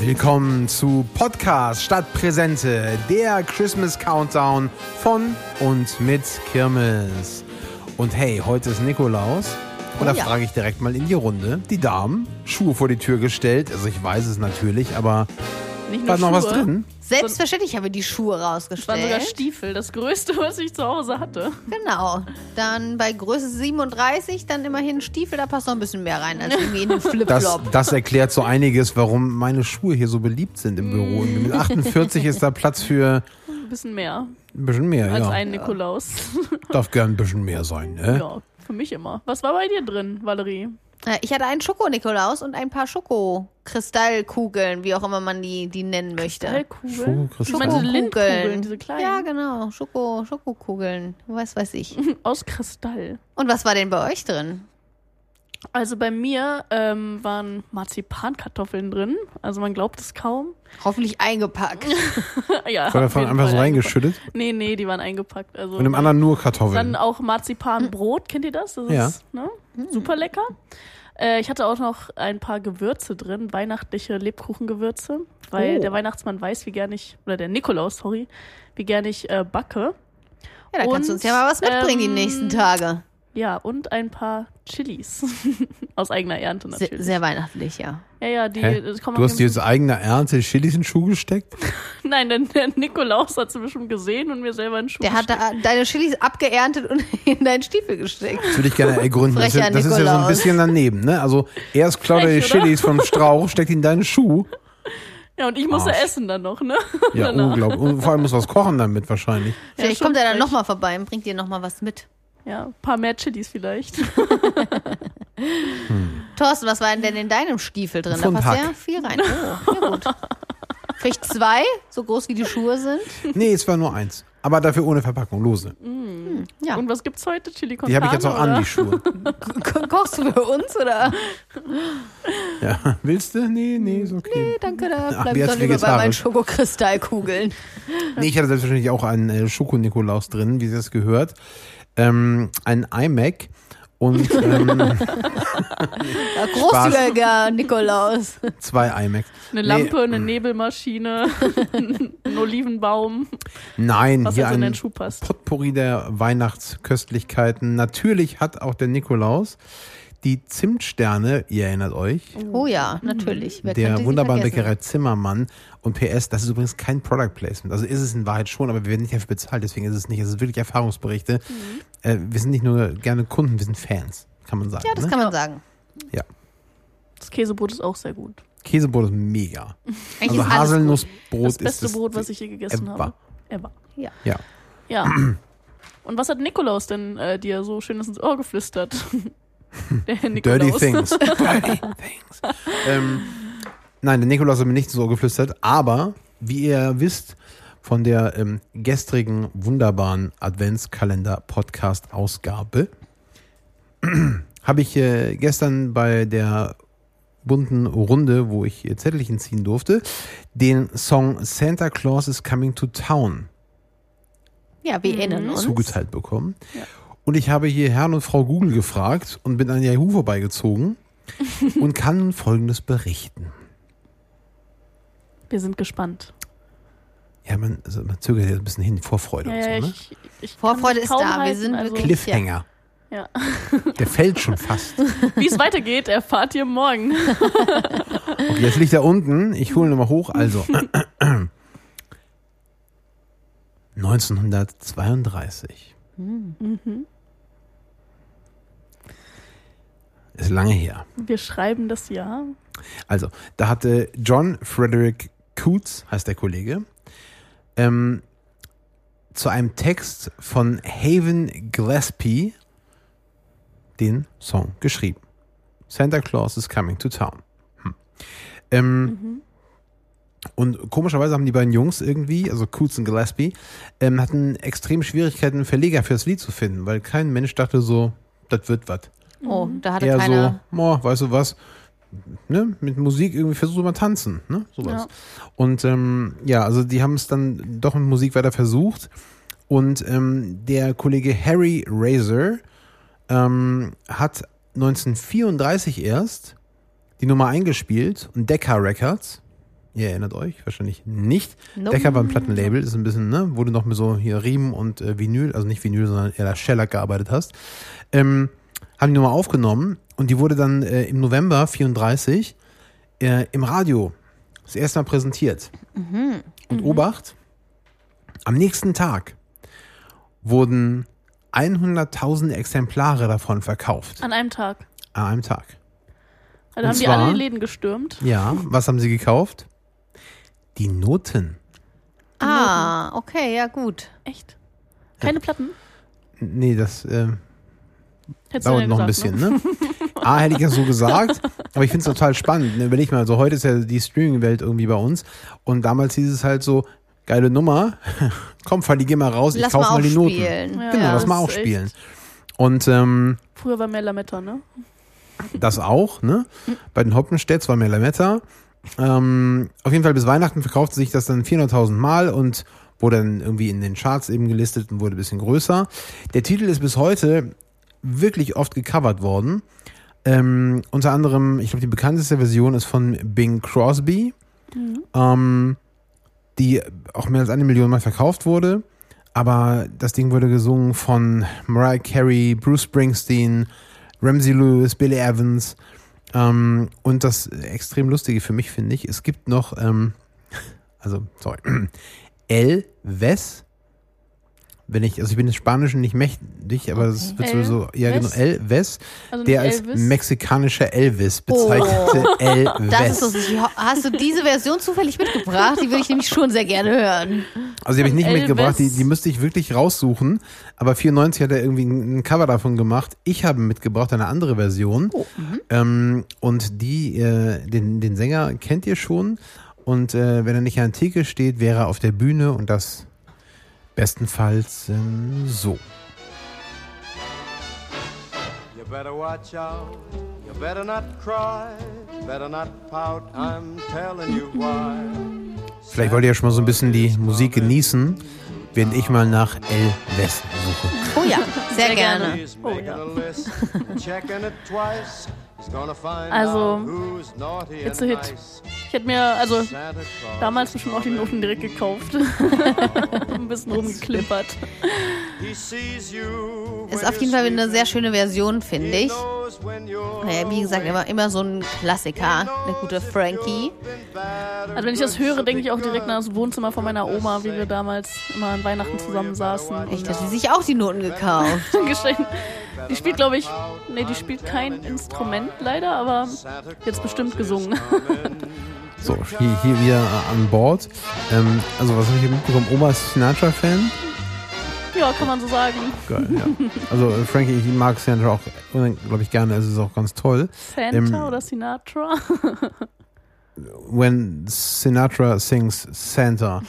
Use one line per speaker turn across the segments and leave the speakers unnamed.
Willkommen zu Podcast statt Präsente, der Christmas Countdown von und mit Kirmes. Und hey, heute ist Nikolaus. Und
Oh
da
ja.
frage ich direkt mal in die Runde. Die Damen, Schuhe vor die Tür gestellt. Also ich weiß es natürlich, aber
Nicht nur
war noch was
Schuhe.
drin?
Selbstverständlich habe ich die Schuhe
Es waren sogar
rausgestellt.
Stiefel, das Größte, was ich zu Hause hatte.
Genau. Dann bei Größe 37 dann immerhin Stiefel, da passt noch ein bisschen mehr rein als irgendwie in den
Das,
Flipflop.
das erklärt so einiges, warum meine Schuhe hier so beliebt sind im Büro. Und
Mm.
mit 48 ist da Platz für
Ein bisschen mehr
ein bisschen mehr.
als
Ja.
ein Nikolaus.
Darf gern ein bisschen mehr sein, ne?
ja, für mich immer. Was war bei dir drin, Valerie?
Äh, Ich hatte einen Schoko-Nikolaus und ein paar Schoko-Kristallkugeln, wie auch immer man die, die nennen möchte.
Schallkugeln? Ich
Schokokristall.
meine, diese Lindkugeln, diese kleinen.
Ja, genau. Schoko, Schokokugeln. Was weiß ich.
Aus Kristall.
Und was war denn bei euch drin?
Also bei mir ähm, waren Marzipankartoffeln drin. Also man glaubt es kaum.
Hoffentlich eingepackt.
ja,
Weil
auf
davon
jeden
einfach so
Fall
reingeschüttet.
eingepackt. Nee, nee, die waren eingepackt. Also
Und im anderen nur Kartoffeln.
Dann auch Marzipanbrot, kennt ihr das? Das
Ja.
ist ne?
Mhm.
super lecker. Äh, ich hatte auch noch ein paar Gewürze drin, weihnachtliche Lebkuchengewürze, weil
Oh.
der Weihnachtsmann weiß, wie gerne ich, oder der Nikolaus, sorry, wie gerne ich äh, backe.
Ja, da kannst du
Und,
uns ja mal was mitbringen
ähm,
die nächsten Tage.
Ja, und ein paar Chilis. Aus eigener Ernte
Sehr,
natürlich.
sehr weihnachtlich, ja.
ja, ja, die
Hä?
das kommen
Du
auch
hast dir jetzt
nicht-
eigene Ernte Chilis in den Schuh gesteckt?
Nein, denn der Nikolaus hat sie bestimmt gesehen und mir selber einen Schuh.
Der hat da deine Chilis abgeerntet und in deinen Stiefel gesteckt.
Das würde ich gerne ergründen. Das, ist ja-
Frecher
das ist ja so ein
Nikolaus.
bisschen daneben, ne? Also erst klaut er die
Frech, oder?
Chilis vom Strauch, steckt ihn in deinen Schuh.
ja, und ich musste
Arsch.
essen dann noch, ne?
Ja,
Danach.
unglaublich. Und vor allem muss was kochen damit wahrscheinlich.
Vielleicht
schon
kommt er dann
frech.
nochmal vorbei und bringt dir nochmal was mit.
Ja, ein paar mehr Chilis vielleicht.
Thorsten, was war denn in deinem Stiefel drin? Da
Pfund
passt ja
Hack.
viel rein. Oh, ja gut. Vielleicht zwei, so groß wie die Schuhe sind.
Nee, es war nur eins. Aber dafür ohne Verpackung, lose.
Ja.
Und was gibt's heute? Chili con
Die habe ich jetzt
carne,
auch an,
oder?
die Schuhe.
Ko- Kochst du für uns oder?
Ja. Willst du? Nee, nee, ist okay.
Nee, danke, da
Ach,
bleib ich
jetzt
doch lieber bei meinen
vegetarisch.
Schokokristallkugeln.
Nee, ich hatte selbstverständlich auch einen äh, Schoko-Nikolaus drin, wie sie es gehört. Ähm, einen iMac und ähm,
Ja, großzügiger Nikolaus.
zwei iMacs.
Eine Lampe, eine Nebelmaschine, ein Olivenbaum,
Nein,
was
hier
halt so in
ein
den Schuh passt.
Potpourri der Weihnachtsköstlichkeiten. Natürlich hat auch der Nikolaus die Zimtsterne, ihr erinnert euch,
Oh ja, natürlich. Wer könnte
der
sie
wunderbaren
vergessen?
Bäckerei Zimmermann. Und PS, das ist übrigens kein Product Placement. Also ist es in Wahrheit schon, aber wir werden nicht dafür bezahlt, deswegen ist es nicht. Es ist wirklich Erfahrungsberichte.
Mhm.
Äh, wir sind nicht nur gerne Kunden, wir sind Fans, kann man sagen.
Ja, das
ne?
kann man sagen.
ja.
Das Käsebrot ist auch sehr gut.
Käsebrot ist mega. also
Eigentlich ist alles
Haselnussbrot
Das
ist Äh,
beste
das
Brot, was ich je gegessen
ever.
habe. Ever.
Ja.
Ja.
Ja. Und was hat Nikolaus denn äh, dir so schönes ins Ohr geflüstert? Der Herr Nikolaus.
Dirty Things. Dirty Things. ähm, nein, der Nikolaus hat mir nicht so geflüstert, aber wie ihr wisst von der ähm, gestrigen wunderbaren Adventskalender-Podcast-Ausgabe, habe ich äh, gestern bei der bunten Runde, wo ich äh, Zettelchen ziehen durfte, den Song Santa Claus is Coming to Town
Ja, wir erinnern uns.
zugeteilt bekommen. Und ich habe hier Herrn und Frau Google gefragt und bin an Yahoo vorbeigezogen und kann nun Folgendes berichten.
Wir sind gespannt.
Ja, man, also man zögert jetzt ein bisschen hin, Vorfreude
Ja,
und so,
ja,
ne?
ich, ich kann
Vorfreude
mich
ist
kaum
da, wir
halten,
sind
also,
wirklich-
Cliffhanger.
Ja.
Der fällt schon fast.
Wie es weitergeht, erfahrt ihr morgen.
Okay, jetzt liegt er unten. Ich hole ihn nochmal hoch. Also. 1932.
Hm.
Ist lange her.
Wir schreiben das Jahr.
Also, da hatte John Frederick Coots, heißt der Kollege, ähm, zu einem Text von Haven Gillespie den Song geschrieben. Santa Claus is coming to town. Hm. Ähm, Und komischerweise haben die beiden Jungs irgendwie, also Coots und Gillespie, ähm, hatten extrem Schwierigkeiten, einen Verleger fürs Lied zu finden, weil kein Mensch dachte so, das wird was
Oh, da hatte
eher
keiner.
so, "Moah, weißt du was, ne, mit Musik irgendwie versuchst du mal tanzen, ne, sowas. Und ähm, ja, also die haben es dann doch mit Musik weiter versucht und ähm, der Kollege Harry Razor ähm, hat 1934 erst die Nummer eingespielt und Decca Records Ihr erinnert euch wahrscheinlich nicht.
Nope.
Decker war ein Plattenlabel, ist ein bisschen, ne, wo du noch mit so hier Riemen und äh, Vinyl, also nicht Vinyl, sondern eher Shellac gearbeitet hast. Ähm, haben die Nummer aufgenommen und die wurde dann äh, im November 34 äh, im Radio das erste Mal präsentiert. Und Obacht, am nächsten Tag wurden 100.000 Exemplare davon verkauft.
An einem Tag.
An einem Tag.
Also haben die
zwar-
alle die Läden gestürmt.
Ja, was haben sie gekauft? Die Noten.
Ah, okay, ja gut.
Echt? Keine Platten?
Nee, das äh,
Hättest
dauert
ja
noch ein
gesagt,
bisschen, ne? Ah, hätte ich ja so gesagt, aber ich finde es total spannend. Ne? Überleg mal, so heute ist ja die Streaming-Welt irgendwie bei uns und damals hieß es halt so, geile Nummer, komm, Fadi, geh mal raus, ich
Lass
kauf
mal
mal die Noten.
aufspielen.
Ja,
Genau,
das
lass mal
ist
auch
echt-
spielen. Und ähm,
Früher war mehr Lametta, ne?
das auch, ne? Bei den Hoppenstädts war mehr Lametta. Ähm, auf jeden Fall bis Weihnachten verkaufte sich das dann 400.000 Mal und wurde dann irgendwie in den Charts eben gelistet und wurde ein bisschen größer. Der Titel ist bis heute wirklich oft gecovert worden. Ähm, unter anderem, ich glaube, die bekannteste Version ist von Bing Crosby, ähm, die auch mehr als eine Million Mal verkauft wurde. Aber das Ding wurde gesungen von Mariah Carey, Bruce Springsteen, Ramsey Lewis, Billy Evans. Ähm, und das extrem Lustige für mich finde ich, es gibt noch, ähm, also, sorry, Elves. Bin ich, also ich bin des Spanischen nicht mächtig, aber das wird
Okay.
sowieso, ja genau,
Elves?
Elves,
Also
der als
nicht Elvis.
mexikanischer Elvis bezeichnete Elvis.
Das ist lustig. Hast du diese Version zufällig mitgebracht? Die würde ich nämlich schon sehr gerne hören.
Also die habe ich nicht
Elvis.
mitgebracht, die, die müsste ich wirklich raussuchen. Aber 94 hat er irgendwie ein ein Cover davon gemacht. Ich habe mitgebracht eine andere Version. ähm, und die, äh, den, den Sänger kennt ihr schon. Und äh, wenn er nicht an der Theke steht, wäre er auf der Bühne und das bestenfalls ähm, so.
You better watch out. You better not cry. Better not pout. I'm telling you why.
Vielleicht wollt ihr ja schon mal so ein bisschen die Musik genießen, während ich mal nach El West suche.
Oh ja, sehr,
Sehr gerne.
gerne.
He's making a list, checking it twice. He's gonna find
Also,
out who's naughty
it's
and
a hit.
nice.
Ich hätte mir, also
Santa Claus
damals
is
bestimmt auch die
coming.
Noten direkt gekauft. ein bisschen rumgeklippert.
He sees you
Ist
when
auf jeden Fall
you're
eine sehr
sleeping.
schöne Version, finde
He
ich.
knows when you're
Naja, wie gesagt,
awake.
immer, immer so ein Klassiker.
Knows
Der gute
if you've
Frankie.
been bad or
Also wenn ich das
good,
höre, denke ich auch
something
direkt
good.
an das Wohnzimmer von meiner Oma, wie wir damals immer an Weihnachten zusammen saßen.
Echt, hat sie sich auch die Noten gekauft.
Geschenk. Die spielt, glaube ich, nee, die spielt kein Instrument leider, aber jetzt bestimmt gesungen.
So, hier, hier wieder äh, an Bord. Ähm, also was habe ich hier mitbekommen? Oma ist Sinatra-Fan.
ja, kann man so sagen.
Geil, ja. Also äh, Frankie, ich mag Sandra auch, glaube ich, gerne. Es ist auch ganz toll.
Santa
Ähm,
oder Sinatra?
When Sinatra sings Santa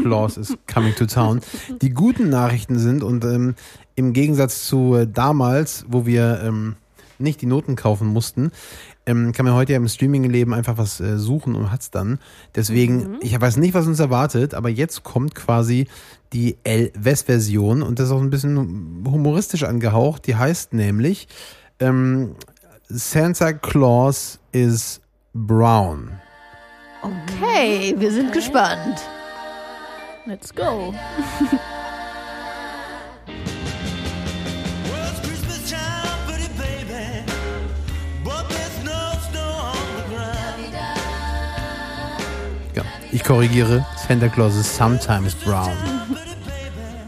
Claus is coming to town. Die guten Nachrichten sind, und ähm, im Gegensatz zu äh, damals, wo wir ähm, nicht die Noten kaufen mussten, ähm, kann man heute ja im Streaming-Leben einfach was äh, suchen und hat's dann. Deswegen, ich weiß nicht, was uns erwartet, aber jetzt kommt quasi die L-West-Version und das ist auch ein bisschen humoristisch angehaucht. Die heißt nämlich ähm, Santa Claus is Brown.
Okay, wir sind gespannt.
Let's go.
Well, it's Christmas time, pretty baby, but there's no snow on the ground.
Ja, ich korrigiere. Santa Claus is sometimes brown.
Pretty baby,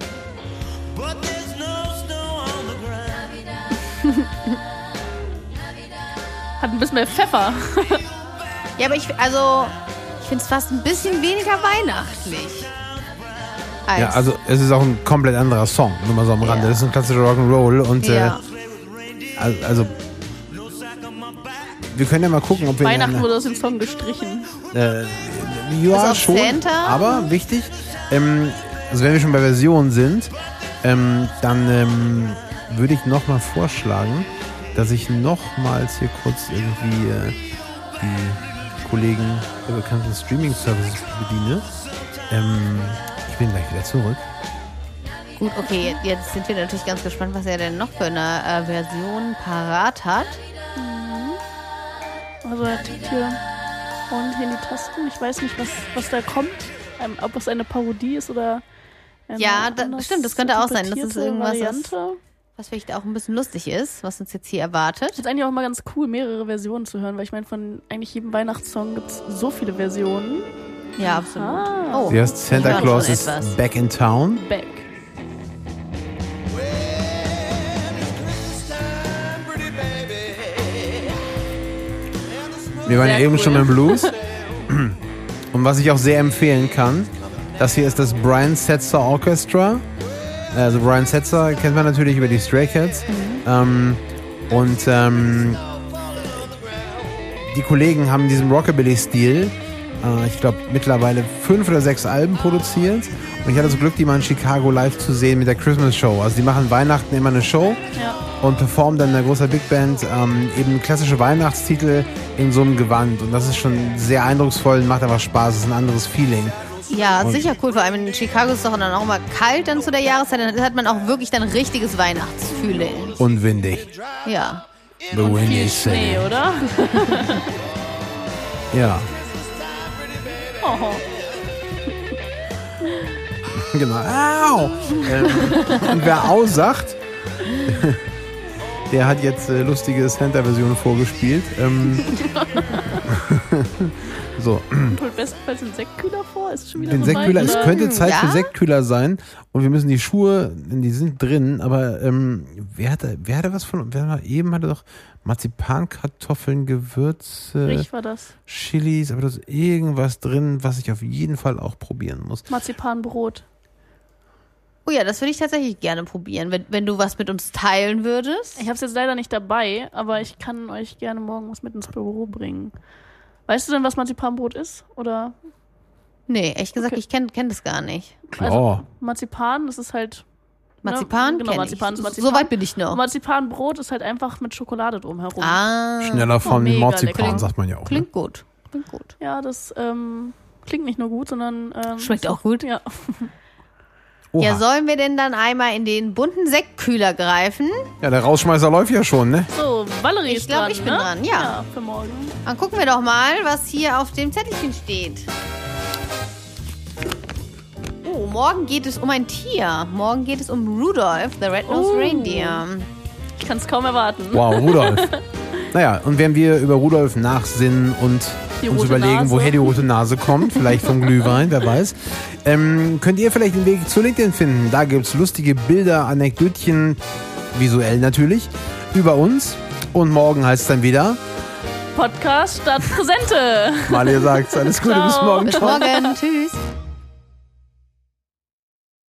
but there's no snow on the ground.
Hat ein bisschen mehr Pfeffer.
Ja, aber ich, also, ich finde es fast ein bisschen weniger weihnachtlich. Als,
Ja, also es ist auch ein komplett anderer Song, nur mal so am Rande.
Ja.
Das ist ein klassischer Rock'n'Roll und
Ja.
äh, al- also wir können ja mal gucken, ob wir
Weihnachten
in
wurde aus dem Song gestrichen.
einer, äh, ja
Also auf
schon,
Santa.
aber wichtig, ähm, also wenn wir schon bei Versionen sind, ähm, dann ähm, würde ich noch mal vorschlagen, dass ich nochmals hier kurz irgendwie äh, die Kollegen der bekannten Streaming-Services bediene. Ähm, ich bin gleich wieder zurück.
Gut, okay, jetzt sind wir natürlich ganz gespannt, was er denn noch für eine äh, Version parat hat.
Also er tippt hier und in die Tasten. Ich weiß nicht, was, was da kommt. Ähm, ob es eine Parodie ist oder. eine
Ja, da-
anders
stimmt, das könnte auch sein, dass es
interpretierte
irgendwas ist.
Variante.
Was vielleicht auch ein bisschen lustig ist, was uns jetzt hier erwartet.
Das ist eigentlich auch mal ganz cool, mehrere Versionen zu hören, weil ich meine, von eigentlich jedem Weihnachtssong gibt es so viele Versionen.
Ja, absolut.
Ah.
Oh,
Du hörst Santa
schon
Claus ist
etwas.
back in town.
Back.
Wir waren ja
Sehr
eben
cool.
schon im Blues. Und was ich auch sehr empfehlen kann, das hier ist das Brian Setzer Orchestra. Also Brian Setzer kennt man natürlich über die Stray Cats.
Mhm.
Ähm, und ähm, die Kollegen haben diesen Rockabilly-Stil, äh, ich glaube, mittlerweile fünf oder sechs Alben produziert. Und ich hatte das Glück, die mal in Chicago live zu sehen mit der Christmas Show. Also die machen Weihnachten immer eine Show
Ja.
und performt dann in der großer Big Band ähm, eben klassische Weihnachtstitel in so einem Gewand. Und das ist schon sehr eindrucksvoll und macht einfach Spaß. Es ist ein anderes Feeling.
Ja, sicher cool. Vor allem in Chicago ist es doch dann auch immer kalt dann zu der Jahreszeit. Dann hat man auch wirklich dann richtiges Weihnachtsfühlen.
Und windig.
Ja.
The windy
Schnee, oder?
Ja,
Oh.
genau. Au! ähm, und wer aussagt, der hat jetzt äh, lustige Santa-Version vorgespielt. Ähm, so,
Und holt bestenfalls den Sektkühler vor. Ist schon wieder
den
so
Sektkühler,
weit,
es
oder?
könnte Zeit
Ja?
für Sektkühler sein und wir müssen die Schuhe, die sind drin, aber ähm, wer hatte, wer hatte was von, wer war eben hatte doch Marzipankartoffeln, Gewürze,
Ich war das.
Chilis, aber da ist irgendwas drin, was ich auf jeden Fall auch probieren muss.
Marzipanbrot.
Oh ja, das würde ich tatsächlich gerne probieren, wenn, wenn du was mit uns teilen würdest.
Ich habe es jetzt leider nicht dabei, aber ich kann euch gerne morgen was mit ins Büro bringen. Weißt du denn, was Marzipanbrot ist? Oder
Nee, ehrlich gesagt,
Okay.
ich kenne kenn das gar nicht.
Also,
Klar.
Marzipan? Das ist halt Ne?
Marzipan?
Genau,
kenn
Marzipan ist
ich.
Marzipan.
So weit bin ich noch.
Marzipanbrot ist halt einfach mit Schokolade drumherum.
Oh. Ah,
Schneller von
oh, mega
Marzipan,
lecker.
sagt man ja auch. Ne?
klingt gut. Klingt gut.
Ja, das ähm, klingt nicht nur gut, sondern ähm,
Schmeckt auch gut.
Ja.
Oha.
Ja, sollen wir denn dann einmal in den bunten Sektkühler greifen?
ja, der Rausschmeißer läuft ja schon, ne?
So, Valerie
Ich
ist
glaub,
dran.
ich bin
ne?
dran, ja.
ja. Für morgen.
Dann gucken wir doch mal, was hier auf dem Zettelchen steht. Oh, morgen geht es um ein Tier. Morgen geht es um Rudolph, the Red-Nosed
Oh.
Reindeer.
Ich kann es kaum erwarten.
Wow, Rudolf. naja, und wenn wir über Rudolf nachsinnen und
Die
uns
rote
überlegen,
Nase.
woher die rote Nase kommt, vielleicht vom Glühwein, wer weiß, ähm, könnt ihr vielleicht den Weg zu LinkedIn finden. Da gibt es lustige Bilder, Anekdötchen, visuell natürlich, über uns. Und morgen heißt es dann wieder,
Podcast statt Präsente.
Malia sagt, alles Gute, bis
Ciao.
morgen.
Bis morgen. Tschüss.